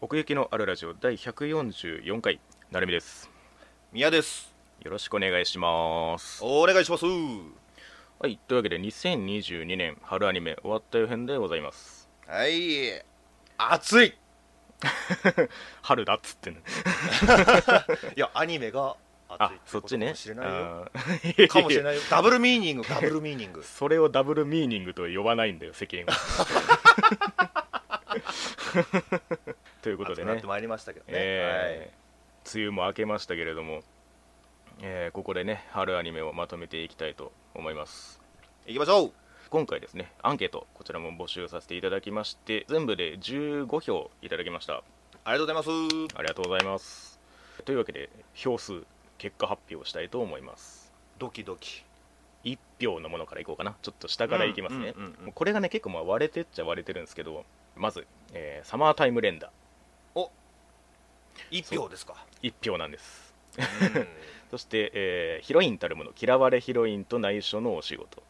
奥行きのあるラジオ第144回なるみです宮ですよろしくお願いしますお願いしますはいというわけで2022年春アニメ終わった予編でございますはい暑い春だっつ ってねいやアニメがあ暑いそっちねかもしれないよあーかもしれないよダブルミーニングダブルミーニン グそれをダブルミーニングとは呼ばないんだよ世 間はということ暑でくねなってまいりましたけどね、えー梅雨も明けましたけれども、えーここでね春アニメをまとめていきたいと思いますはい、行きましょう今回ですねアンケートこちらも募集させていただきまして全部で15票いただきましたありがとうございますありがとうございますというわけで票数結果発表したいと思いますドキドキ1票のものからいこうかなちょっと下からいきますね、うんうんうんうんもうこれがね結構まあ割れてっちゃ割れてるんですけどまず、えーサマータイム連打一票ですか1票なんですうんそして、えーヒロインたるもの嫌われヒロインと内緒のお仕事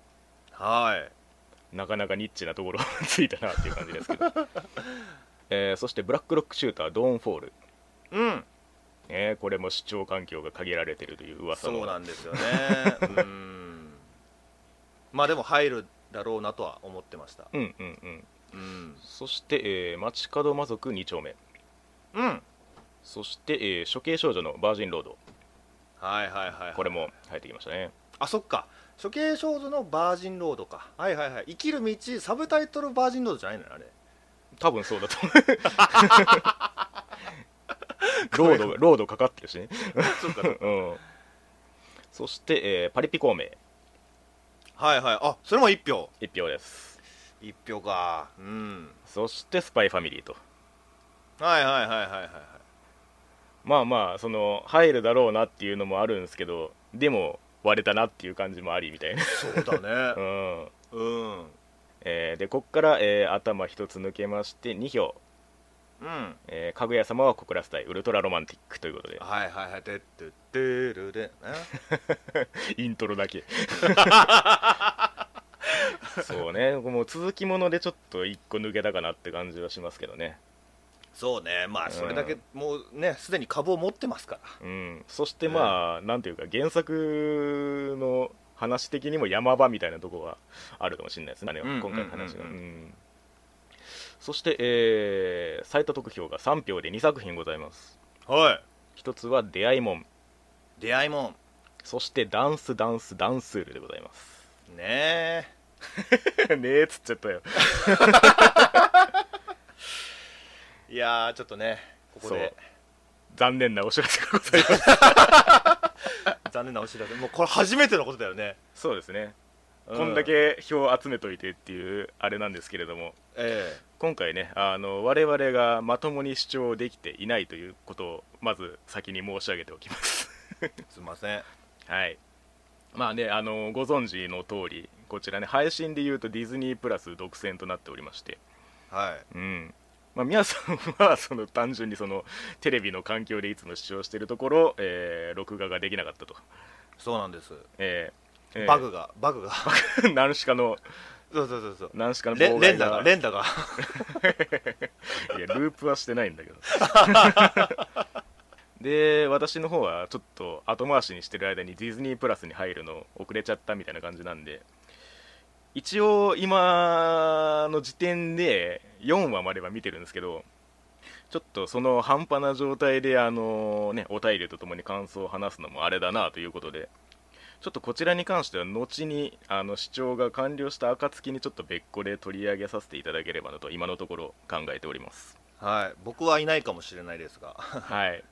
はいなかなかニッチなところをついたなっていう感じ ですけど、えーそしてブラックロックシュータードーンフォール、うんね、これも視聴環境が限られてるという噂そうなのんですよねうんまあでも入るだろうなとは思ってましたうんうんうんうんそして、えー街角魔族2丁目うんそして、えー処刑少女のバージンロードはいはいはい、はい、これも入ってきましたねあそっか処刑少女のバージンロードかはいはいはい生きる道サブタイトルバージンロードじゃないのよあれ多分そうだと思うロードがロードかかってるしね、 そっかうん、そして、えーパリピ孔明はいはいあそれも1票1票です1票かうんそしてスパイファミリーとはいはいはいはいはいはいまあまあその入るだろうなっていうのもあるんですけどでも割れたなっていう感じもありみたいなそうだ うねん、うんえーでこっから、えー頭一つ抜けまして2票、うんえーかぐや様は告らせたいウルトラロマンティックということではいはいはいでってってるでねイントロだけ そうねもう続きものでちょっと1個抜けたかなって感じはしますけどねそうねまあそれだうけもうねすでに株を持ってますからうんそしてまあ、なんていうか原作の話的にも山場みたいなとこがあるかもしれないですね、んうん今回の話が、うんうんそして、えー最多得票が3票で2作品ございますは一つは「出会いもんい出会いも」そして「ダンスダンスダンスール」でございますんね えねえっつっちゃったよいやーちょっとねここで残念なお知らせがございます残念なお知らせもうこれ初めてのことだよねそうですね、うこんだけ票集めといてっていうあれなんですけれどもええ今回ねあの我々がまともに主張できていないということをまず先に申し上げておきます すいませんはいまあねあのご存知の通りこちらね配信で言うとディズニープラス独占となっておりましてはいうんまあ皆さんはその単純にそのテレビの環境でいつも主張しているところ、えー録画ができなかったと、そうなんです、えーえーバ グがバグが何しかのそうそうそうそう何しかのレ妨レ害ンダががレンダがいやループはしてないんだけどで私の方はちょっと後回しにしてる間にディズニープラスに入るの遅れちゃったみたいな感じなんで一応今の時点で4話までは見てるんですけどちょっとその半端な状態であのねお便りとともに感想を話すのもあれだなということでちょっとこちらに関しては後にあの視聴が完了した暁にちょっと別個で取り上げさせていただければなと今のところ考えておりますはい僕はいないかもしれないですがはい。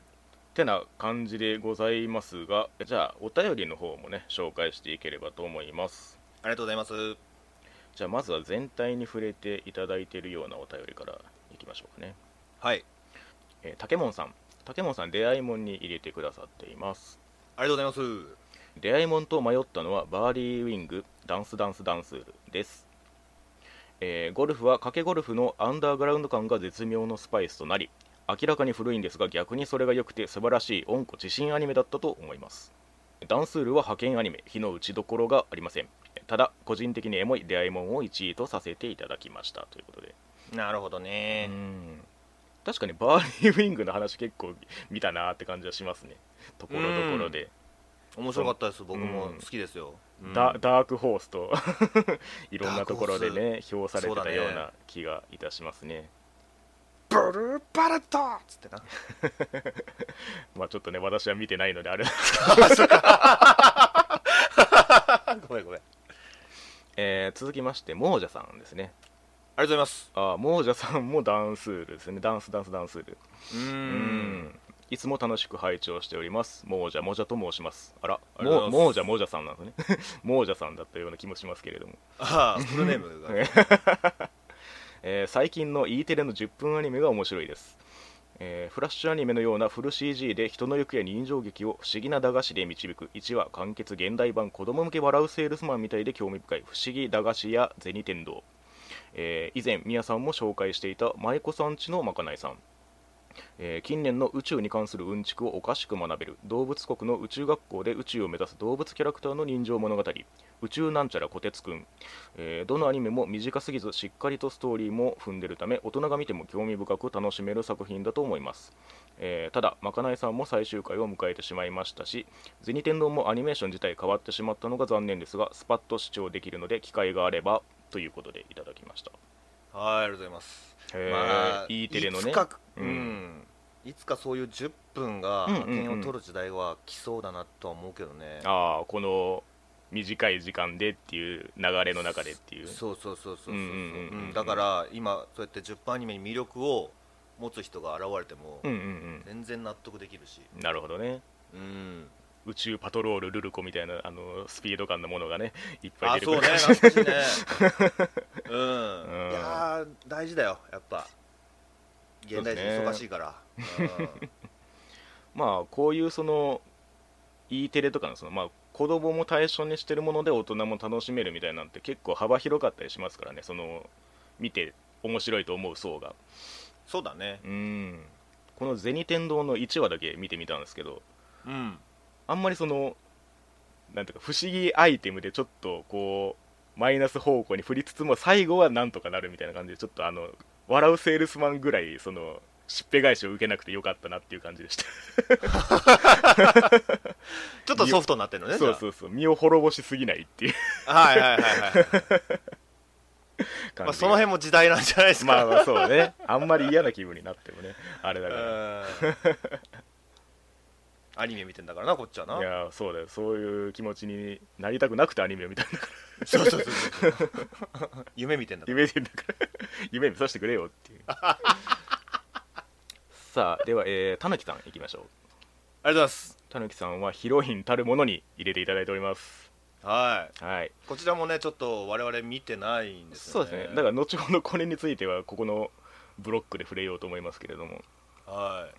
てな感じでございますが、じゃあお便りの方もね紹介していければと思います。ありがとうございますじゃあまずは全体に触れていただいているようなお便りからいきましょうかね。はいえー、竹門さん、竹門さん出会いもんに入れてくださっています。ありがとうございます出会いもんと迷ったのはバーリーウィングダンスダンスダンスールです。えーゴルフは掛けゴルフのアンダーグラウンド感が絶妙のスパイスとなり明らかに古いんですが逆にそれが良くて素晴らしい温故知新アニメだったと思いますダンスールは派遣アニメ日の打ちどころがありませんただ個人的にエモい出会いもんを1位とさせていただきましたということでなるほどねうん確かにバーリーウィングの話結構見たなーって感じはしますねところどころで、面白かったです僕うもん好きですよ、うんダダークホースと いろんなところでダーね評されてそうただねような気がいたしますねブルーバレットっつってなまあちょっとね私は見てないのであれ ごめんごめんありが えー続きましてモージャさんですねとうございますあーモージャさんもダンスールですねダンスダンスダンスールうーうんいつも楽しく拝聴しておりますモージャモジャと申しますあらりがとうござモいモージャモジますャさんなんですね モージャさんだったような気もしますけれどもああフルネーム がえー最近の E テレの10分アニメが面白いです、えーフラッシュアニメのようなフル CG で人の行くや人情劇を不思議な駄菓子で導く1話完結現代版子供向け笑うセールスマンみたいで興味深い不思議駄菓子や銭天堂、えー以前宮さんも紹介していた舞妓さんちのまかないさんえー近年の宇宙に関するうんちくをおかしく学べる動物国の宇宙学校で宇宙を目指す動物キャラクターの人情物語宇宙なんちゃらこてつくん、えーどのアニメも短すぎずしっかりとストーリーも踏んでるため大人が見ても興味深く楽しめる作品だと思います、えーただまかないさんも最終回を迎えてしまいましたし銭天堂もアニメーション自体変わってしまったのが残念ですがスパッと視聴できるので機会があればということでいただきましたはいありがとうございます、えまあ E テレのねいつか、ううんんいつかそういう10分がうんうんうん点を取る時代は来そうだなとは思うけどね、ああこの短い時間でっていう流れの中でっていうそうそうそうそうそうそううんうんうんうんうんだから今そうやって10分アニメに魅力を持つ人が現れてもうんうん全然納得できるし、うんなるほどねうん、宇宙パトロールルルコみたいなあのスピード感のものがねいっぱあい出てそうくるね懐かしいね うん、うんいやー大事だよやっぱ現代人忙しいからうん まあこういうその E テレとかのそのまあ子供も対象にしてるもので大人も楽しめるみたいなんて結構幅広かったりしますからねその見て面白いと思う層がそうだねうんこの銭天堂の1話だけ見てみたんですけどうんあんまりそのなんていうか不思議アイテムでちょっとこうマイナス方向に振りつつも最後はなんとかなるみたいな感じでちょっとあの笑うセールスマンぐらいそのしっぺ返しを受けなくてよかったなっていう感じでしたちょっとソフトになってるのねそうそうそう身を滅ぼしすぎないっていうじゃあはいはいはい はい、感じまあ、その辺も時代なんじゃないですか、まあまあそうねあんまり嫌な気分になってもねあれだ かうんアニメ見てんだからなこっちはらないやーそうだよそういう気持ちになりたくなくてアニメを見たん だからそうそうそうそう夢見てんだから夢見てんだから夢見させてくれよって いうさあでは、えー、たぬきさんいきましょうありがとうございますたぬきさんはヒロインたるものに入れていただいておりますはいはいこちらもねちょっと我々見てないんですそようねですねだから後ほどこれについてはここのブロックで触れようと思いますけれども、はい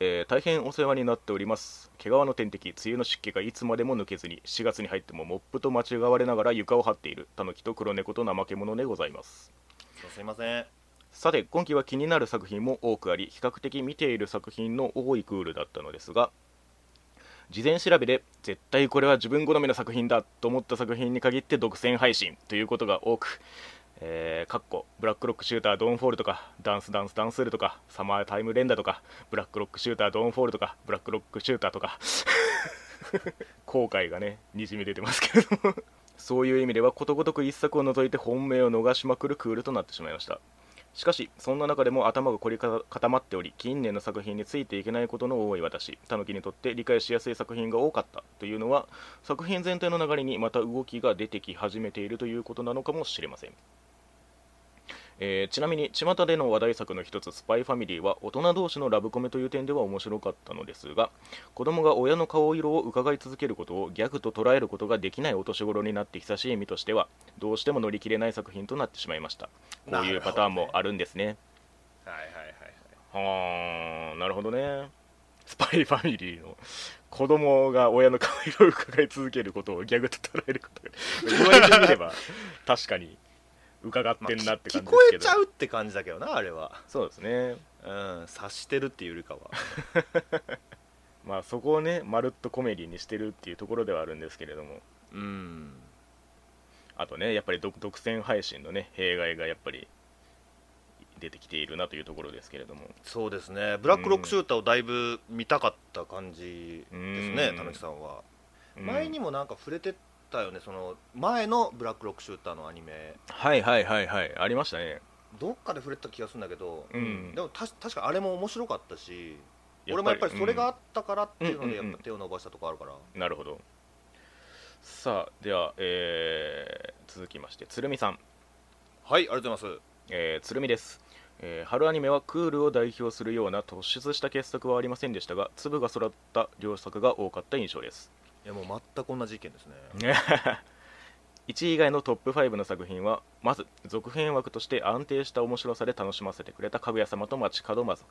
えー大変お世話になっております毛皮の天敵梅雨の湿気がいつまでも抜けずに4月に入ってもモップと間違われながら床を張っているたぬきと黒猫と怠け者でございますすいませんさて今期は気になる作品も多くあり比較的見ている作品の多いクールだったのですが事前調べで絶対これは自分好みの作品だと思った作品に限って独占配信ということが多く、えーかっこブラックロックシュータードーンフォールとかダンスダンスダンスールとかサマータイムレンダとかブラックロックシュータードーンフォールとかブラックロックシューターとか 後悔がねにじみ出てますけれどもそういう意味ではことごとく一作を除いて本命を逃しまくるクールとなってしまいましたしかしそんな中でも頭が凝り固固まっており近年の作品についていけないことの多い私タヌキにとって理解しやすい作品が多かったというのは作品全体の流れにまた動きが出てき始めているということなのかもしれません、えーちなみに巷での話題作の一つ「スパイファミリーは大人同士のラブコメという点では面白かったのですが子供が親の顔色を伺い続けることをギャグと捉えることができないお年頃になって久しい身としてはどうしても乗り切れない作品となってしまいましたこういうパターンもあるんですねはいはいははいあなるほどねスパイファミリーの子供が親の顔色を伺い続けることをギャグと捉えることが言われてみれ ば確かに伺っまあてんなって聞感じで聞こすけえど、ちゃうって感じだけどなあれはそうですねうん察してるっていうよりかはまあそこをねまるっとコメディにしてるっていうところではあるんですけれどもうんあとねやっぱり独独占配信のね弊害がやっぱり出てきているなというところですけれどもそうですねブラックロックシューターをだいぶ見たかった感じですうねん田中さんは、うん前にもなんか触れてたよねその前のブラックロックシューターのアニメはいはいはいはいありましたねどっかで触れた気がするんだけど、うんでもた確かあれも面白かったしやっぱり俺もやっぱりそれがあったからっていうのでうやんっぱ手を伸ばしたとこあるから、なるほどさあでは、えー続きまして鶴見さんはいありがとうございますえー、鶴見です、えー春アニメはクールを代表するような突出した傑作はありませんでしたが粒が揃った良作が多かった印象ですいやもう全く同じ意見ですね、 1位以外のトップ5の作品はまず続編枠として安定した面白さで楽しませてくれた「かぐや様と街角魔族」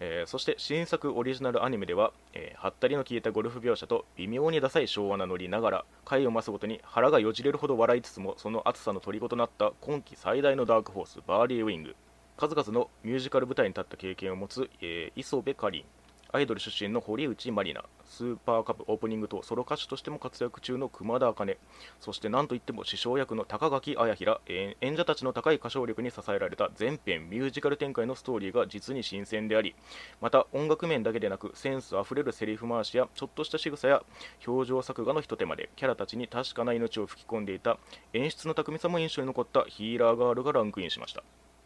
えーそして新作オリジナルアニメでは、えー、はったりの効いたゴルフ描写と微妙にダサい昭和なノリながら回を増すごとに腹がよじれるほど笑いつつもその熱さの虜となった今季最大のダークホースバーリーウィング数々のミュージカル舞台に立った経験を持つ、えー磯部かりんアイドル出身の堀内まりなスーパーカップオープニングとソロ歌手としても活躍中の熊田茜そして何といっても師匠役の高垣彩平、えー演者たちの高い歌唱力に支えられた全編ミュージカル展開のストーリーが実に新鮮でありまた音楽面だけでなくセンスあふれるセリフ回しやちょっとした仕草や表情作画のひと手間でキャラたちに確かな命を吹き込んでいた演出の巧みさも印象に残ったヒーラーガールがランクインしました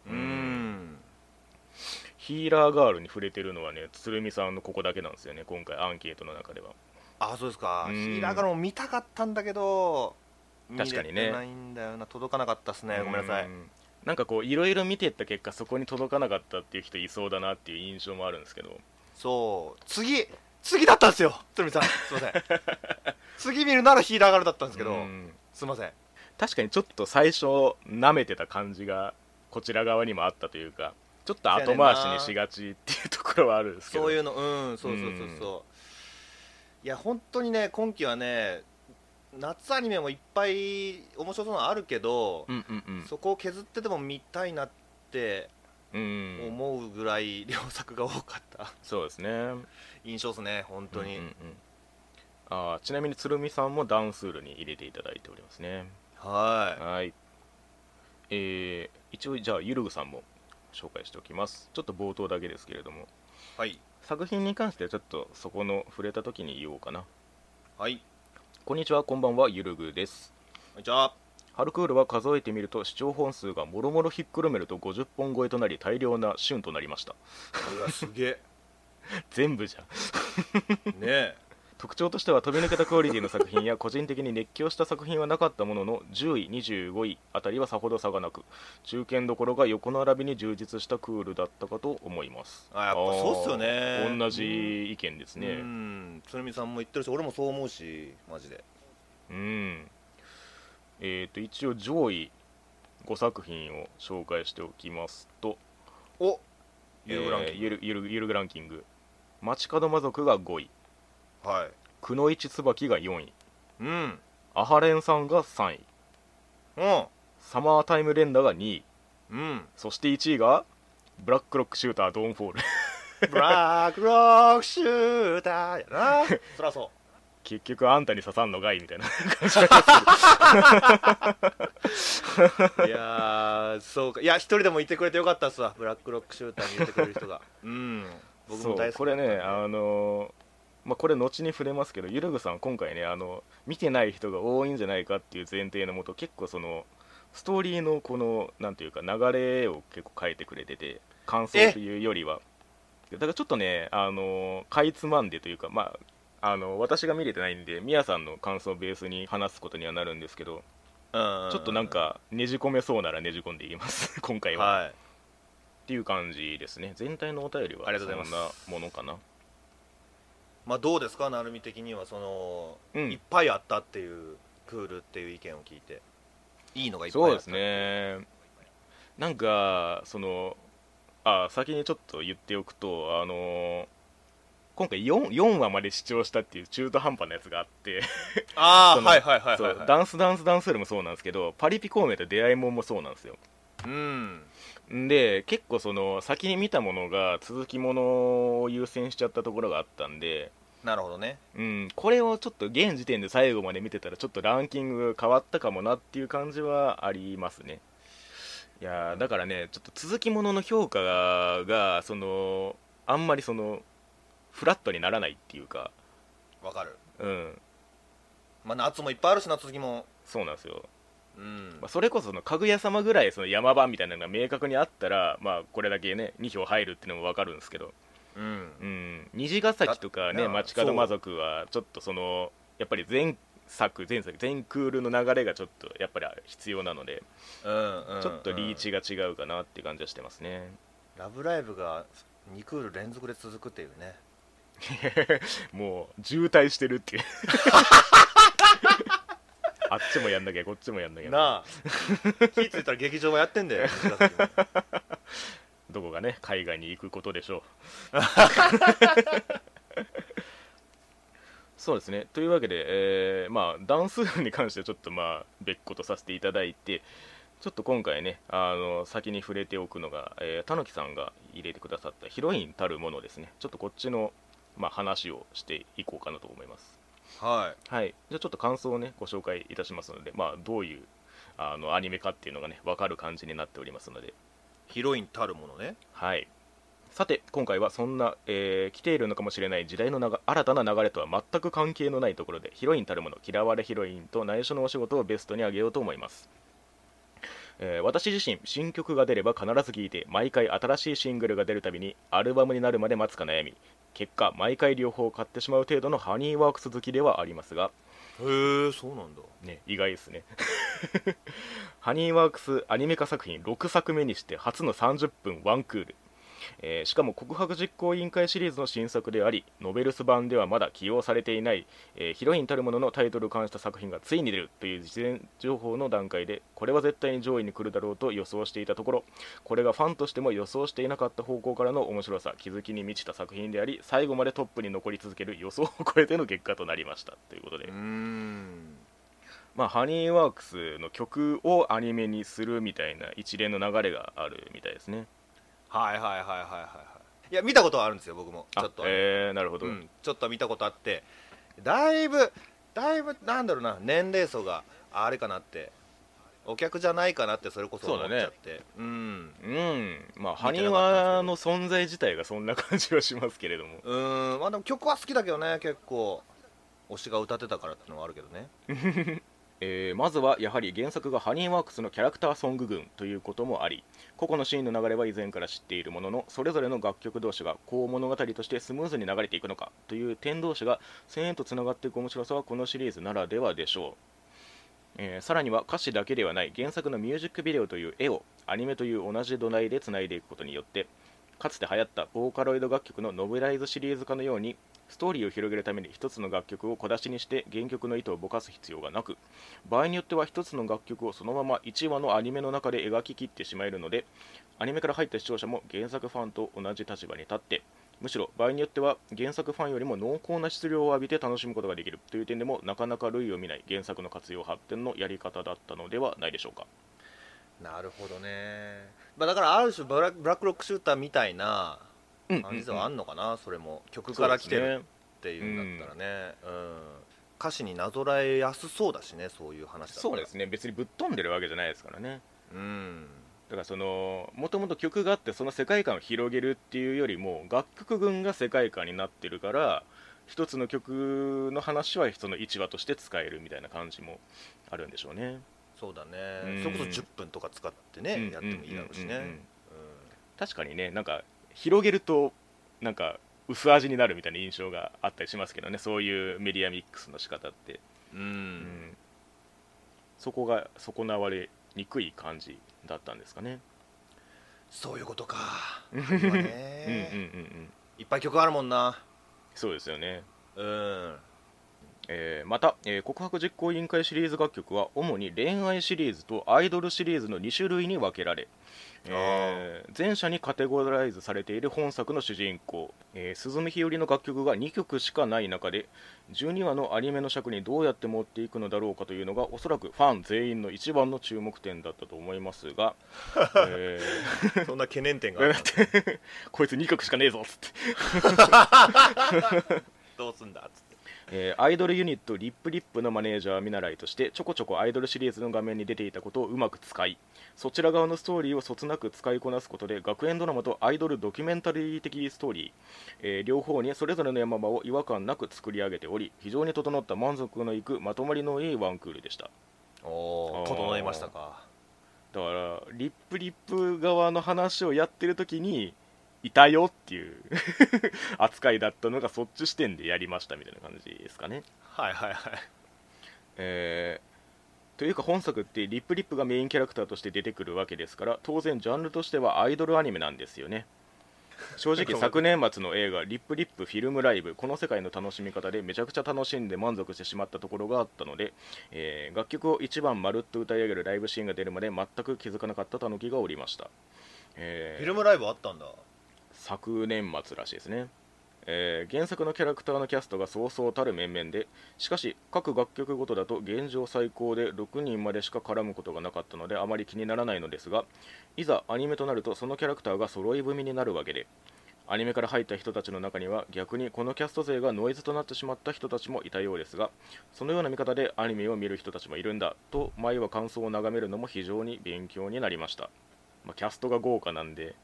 うーんヒーラーガールに触れてるのはね鶴見さんのここだけなんですよね今回アンケートの中ではあそうですかうんひらがなも見たかったんだけど確かにね見れてないんだよな届かなかったですねごめんなさいうんなんかこういろいろ見てった結果そこに届かなかったっていう人いそうだなっていう印象もあるんですけどそう次次だったんですよ鶴 見さんすいません次見るならヒーラーガールだったんですけど、うんすいません確かにちょっと最初舐めてた感じがこちら側にもあったというかちょっと後回しにしがちっていうところはあるんですけどそういうのうんそうそうそうそう、いや本当にね今期はね夏アニメもいっぱい面白そうなのあるけど、うんうんそこを削ってでも見たいなってうん、うん、思うぐらい良作が多かった そうですね印象ですね本当に、うんうんうんあーちなみに鶴見さんもダウンスールに入れていただいておりますねははい。えー一応、じゃあ、ゆるぐさんも紹介しておきます。ちょっと冒頭だけですけれども、いはい作品に関してはちょっとそこの触れた時に言おうかな。はいこんにちは、こんばんは、ゆるぐです。じゃあハルクールは数えてみると視聴本数がもろもろひっくるめると50本超えとなり大量な旬となりましたうわすげえ全部じゃん ねえ特徴としては飛び抜けたクオリティの作品や個人的に熱狂した作品はなかったものの10位25位あたりはさほど差がなく中堅どころが横並びに充実したクールだったかと思いますあやっぱそうっすよねあー同じ意見ですうねん鶴見さんも言ってるし俺もそう思うしマジでうんえっ、と一応上位5作品を紹介しておきますとおえユーロランキンーグゆるゆるゆるぐランキング街角魔族が5位はいくのいち椿が4位うんアハレンさんが3位うんサマータイム連打が2位 うんそして1位がブラックロックシュータードーンフォール ブラックロックシューターやなそらそ結局あんたに刺さんのがいみたいなういやーそうかいや一人でもいてくれてよかったっすわブラックロックシューターに言ってくれる人が うん僕もそ大好きだったんうでこれねあのーまあ、これ後に触れますけどゆるぐさん今回ねあの見てない人が多いんじゃないかっていう前提のもと結構そのストーリーのこのなんていうか流れを結構変えてくれてて感想というよりはだからちょっとねあのーかいつまんでというかまああの私が見れてないんでみやさんの感想をベースに話すことにはなるんですけどうんちょっとなんかねじ込めそうならねじ込んでいきます 今回は、はいっていう感じですね全体のお便りはありがとうございますそんなものかなまあどうですかなるみ的にはその、うんいっぱいあったっていうクールっていう意見を聞いていいのがいっぱいそあったうですねなんかそのあ先にちょっと言っておくとあのー今回 4, 4話まで視聴したっていう中途半端なやつがあってああそのはいはいはいはい、そはうい、ダンスダンスダンスよりもそうなんですけどパリピ孔明と出会いもんもそうなんですようんんで結構その先に見たものが続きものを優先しちゃったところがあったんでなるほどねうん、これをちょっと現時点で最後まで見てたらちょっとランキング変わったかもなっていう感じはありますねいやーだからねちょっと続きものの評価ががそのあんまりそのフラットにならないっていうかわかるうんまあ夏もいっぱいあるしな続きもそうなんですよ、うんまあ、それこそそのかぐや様ぐらいその山場みたいなのが明確にあったらまあこれだけね2票入るっていうのもわかるんですけどうんうん虹ヶ崎とかねだ街角魔族はちょっとそのやっぱり前作前作前クールの流れがちょっとやっぱり必要なのでうんうんちょっとリーチが違うかなって感じはしてますね、 「ラブライブ!」が2クール連続で続くっていうねもう渋滞してるっていう あっちもやんなきゃこっちもやんなきゃなあ気ぃついたら劇場はやってん だよ西田さんもどこがね海外に行くことでしょう そうですねというわけで、えーまあ段数に関してはちょっとまあ別個とさせていただいてちょっと今回ねあの先に触れておくのが、えー、たぬきさんが入れてくださったヒロインたるものですねちょっとこっちの、まあ、話をしていこうかなと思いますはいはい、じゃあちょっと感想をねご紹介いたしますので、まあ、どういうあのアニメかっていうのがね分かる感じになっておりますので、ヒロインたるものねはい、さて今回はそんな、えー来ているのかもしれない時代のなが新たな流れとは全く関係のないところでヒロインたるもの嫌われヒロインと内緒のお仕事をベストに上げようと思います、えー私自身新曲が出れば必ず聴いて毎回新しいシングルが出るたびにアルバムになるまで待つか悩み結果毎回両方買ってしまう程度のハニーワークス好きではありますがへえそうなんだね、意外ですね ハニーワークスアニメ化作品6作目にして初の30分ワンクール、えーしかも告白実行委員会シリーズの新作でありノベルス版ではまだ起用されていない、えーヒロインたるもののタイトルを冠した作品がついに出るという事前情報の段階でこれは絶対に上位に来るだろうと予想していたところこれがファンとしても予想していなかった方向からの面白さ気づきに満ちた作品であり最後までトップに残り続ける予想を超えての結果となりましたということでうーんまあ、ハニーワークスの曲をアニメにするみたいな一連の流れがあるみたいですね。はいはいはいはいはいはいいや見たことはあるんですよ僕もちょっとあえー、なるほど、うん、ちょっと見たことあってだいぶだいぶなんだろうな年齢層があれかなってお客じゃないかなってそれこそ思っちゃってう,、んうん、まあ、ハ見ニてーなかったワんので存在自体がそんな感じはしますけれども。うーんまあでも曲は好きだけどね結構推しが歌ってたからってのはあるけどねえーまずはやはり原作がハニーワークスのキャラクターソング群ということもあり個々のシーンの流れは以前から知っているもののそれぞれの楽曲同士がこう物語としてスムーズに流れていくのかという点同士が線へとつながっていく面白さはこのシリーズならではでしょう、えーさらには歌詞だけではない原作のミュージックビデオという絵をアニメという同じ土台でつないでいくことによってかつて流行ったボーカロイド楽曲のノベライズシリーズ化のようにストーリーを広げるために一つの楽曲を小出しにして原曲の意図をぼかす必要がなく場合によっては一つの楽曲をそのまま1話のアニメの中で描ききってしまえるのでアニメから入った視聴者も原作ファンと同じ立場に立ってむしろ場合によっては原作ファンよりも濃厚な質量を浴びて楽しむことができるという点でもなかなか類を見ない原作の活用発展のやり方だったのではないでしょうかなるほどね、まあ、だからある種ブラブラックロックシューターみたいなうん感じではあんのかな、それも曲そかうでらす来ねてるっていうんだったらねうん、歌詞になぞらえやすそうだしねそういう話だったらそうですね別にぶっ飛んでるわけじゃないですからねうんだからそのもともと曲があってその世界観を広げるっていうよりも楽曲群が世界観になってるから一つの曲の話はその一話として使えるみたいな感じもあるんでしょうねそうだね、うんそれこそ10分とか使ってね、やってもいいだろうしね、んんうんんん確かにねなんか広げるとなんか薄味になるみたいな印象があったりしますけどねそういうメディアミックスの仕方って、うんうんそこが損なわれにくい感じだったんですかねそういうことか、うんこれはうんうんうんうんねいっぱい曲あるもんなそうですよねうんえーまた、えー告白実行委員会シリーズ楽曲は主に恋愛シリーズとアイドルシリーズの2種類に分けられ、えー前者にカテゴライズされている本作の主人公、えー鈴見日和の楽曲が2曲しかない中で12話のアニメの尺にどうやって持っていくのだろうかというのがおそらくファン全員の一番の注目点だったと思いますが、えそんな懸念点ーがあるだってこいつ2曲しかねえぞっつって どうすんだっつってえーアイドルユニットリップリップのマネージャー見習いとしてちょこちょこアイドルシリーズの画面に出ていたことをうまく使いそちら側のストーリーをそつなく使いこなすことで学園ドラマとアイドルドキュメンタリー的ストーリー、えー両方にそれぞれの山場を違和感なく作り上げており非常に整った満足のいくまとまりのいいワンクールでしたあおおー整いましたかだからリップリップ側の話をやってる時にいたよっていう 扱いだったのがそっち視点でやりましたみたいな感じですかねはいはいはいえーというか本作ってリップリップがメインキャラクターとして出てくるわけですから当然ジャンルとしてはアイドルアニメなんですよね正そう直昨年末の映画「リップリップフィルムライブ」この世界の楽しみ方でめちゃくちゃ楽しんで満足してしまったところがあったので、えー楽曲を一番まるっと歌い上げるライブシーンが出るまで全く気づかなかったタヌキがおりました、えーフィルムライブあったんだ昨年末らしいですね、えー原作のキャラクターのキャストがそうそうたる面々でしかし各楽曲ごとだと現状最高で6人までしか絡むことがなかったのであまり気にならないのですがいざアニメとなるとそのキャラクターが揃い踏みになるわけでアニメから入った人たちの中には逆にこのキャスト勢がノイズとなってしまった人たちもいたようですがそのような見方でアニメを見る人たちもいるんだと前は感想を眺めるのも非常に勉強になりました、まあ、キャストが豪華なんで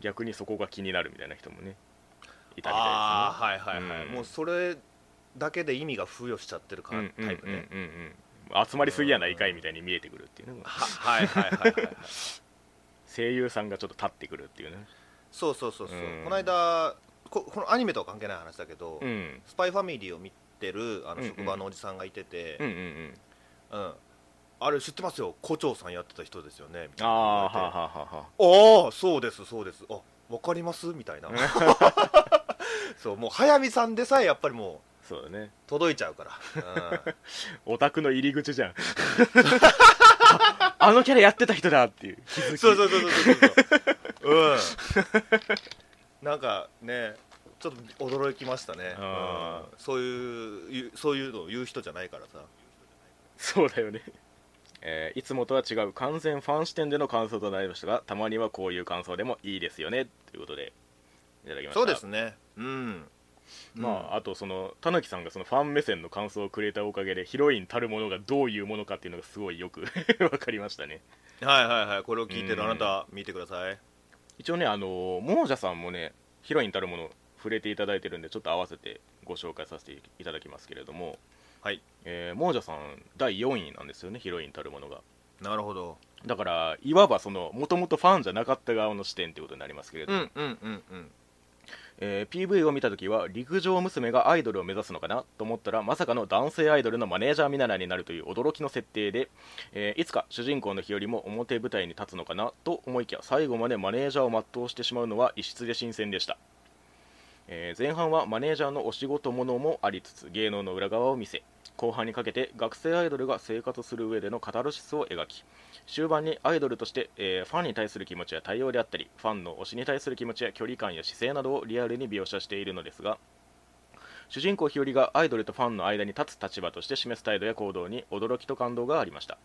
逆にそこが気になるみたいな人もねいたみあたあはいはいはい、うんもうそれだけで意味が付与しちゃってるか、いですねタイプね、うんうんうんうん集まりすぎやないかいみたいに見えてくるっていうねははいはいはいはいはい声優さんがちょっと立ってくるっていうね そうそうそうそう、うんこの間ここのアニメとは関係ない話だけど、うんスパイファミリーを見てるあうのんうん職場のおじさんがいてて、うんうんうんうんあれ知ってますよ校長さんやってた人ですよねみたいあなあはあ言わはあはあれてあーそうですそうですあわかりますみたいな そうもう早見さんでさえやっぱりもうそうだね届いちゃうから、うん、オタクの入り口じゃんあ あのキャラやってた人だっていう気づきそうそうそうそうそうそううんなんかねちょっと驚きましたね、あうんそういうゆそういうのを言う人じゃないからさそうだよね、えーいつもとは違う完全ファン視点での感想となりましたがたまにはこういう感想でもいいですよねということでいただきましたそうですねうんまあ、あとそのたぬきさんがそのファン目線の感想をくれたおかげでヒロインたるものがどういうものかっていうのがすごいよく わかりましたねあはいはいはいこれを聞いてるあなた見てください一応ねあのもじゃさんもねヒロインたるもの触れていただいてるんでちょっと合わせてご紹介させていただきますけれどもはいえー、亡者さん第4位なんですよねヒロインたるものがなるほどだからいわばそのもともとファンじゃなかった側の視点ってことになりますけれどうも、んうんうんうんえー PV を見た時は陸上娘がアイドルを目指すのかなと思ったらまさかの男性アイドルのマネージャー見習いになるという驚きの設定で、えーいつか主人公の日和も表舞台に立つのかなと思いきや最後までマネージャーを全うしてしまうのは異質で新鮮でした、えー前半はマネージャーのお仕事ものもありつつ芸能の裏側を見せ後半にかけて学生アイドルが生活する上でのカタルシスを描き終盤にアイドルとして、えーファンに対する気持ちや対応であったりファンの推しに対する気持ちや距離感や姿勢などをリアルに描写しているのですが主人公日和がアイドルとファンの間に立つ立場として示す態度や行動に驚きと感動がありました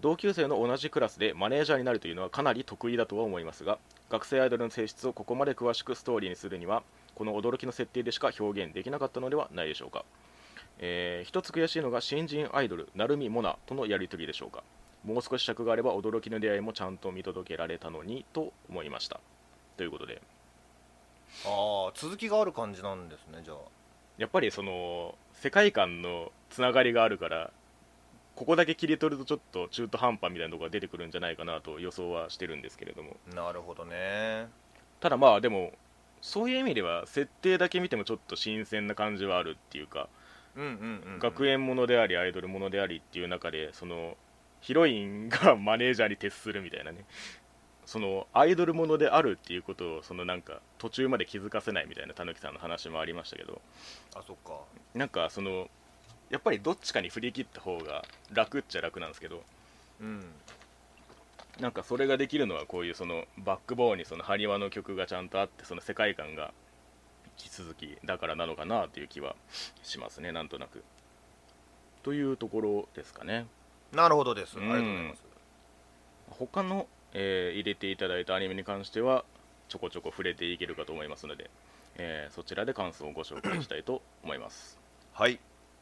同級生の同じクラスでマネージャーになるというのはかなり得意だとは思いますが学生アイドルの性質をここまで詳しくストーリーにするにはこの驚きの設定でしか表現できなかったのではないでしょうか、えー一つ悔しいのが新人アイドル成海モナとのやり取りでしょうかもう少し尺があれば驚きの出会いもちゃんと見届けられたのにと思いましたということでああ続きがある感じなんですねじゃあやっぱりその世界観のつながりがあるからここだけ切り取るとちょっと中途半端みたいなところが出てくるんじゃないかなと予想はしてるんですけれどもなるほどねただまあでもそういう意味では設定だけ見てもちょっと新鮮な感じはあるっていうかうんうんうん、うん、学園ものでありアイドルものでありっていう中でそのヒロインがマネージャーに徹するみたいなねそのアイドルものであるっていうことをそのなんか途中まで気づかせないみたいなたぬきさんの話もありましたけどあそっかなんかそのやっぱりどっちかに振り切った方が楽っちゃ楽なんですけどうんなんかそれができるのはこういうそのバックボーンにそのハリワの曲がちゃんとあってその世界観が引き続きだからなのかなという気はしますねなんとなくというところですかねなるほどです、うんありがとうございます他の、えー入れていただいたアニメに関してはちょこちょこ触れていけるかと思いますので、えーそちらで感想をご紹介したいと思いますはい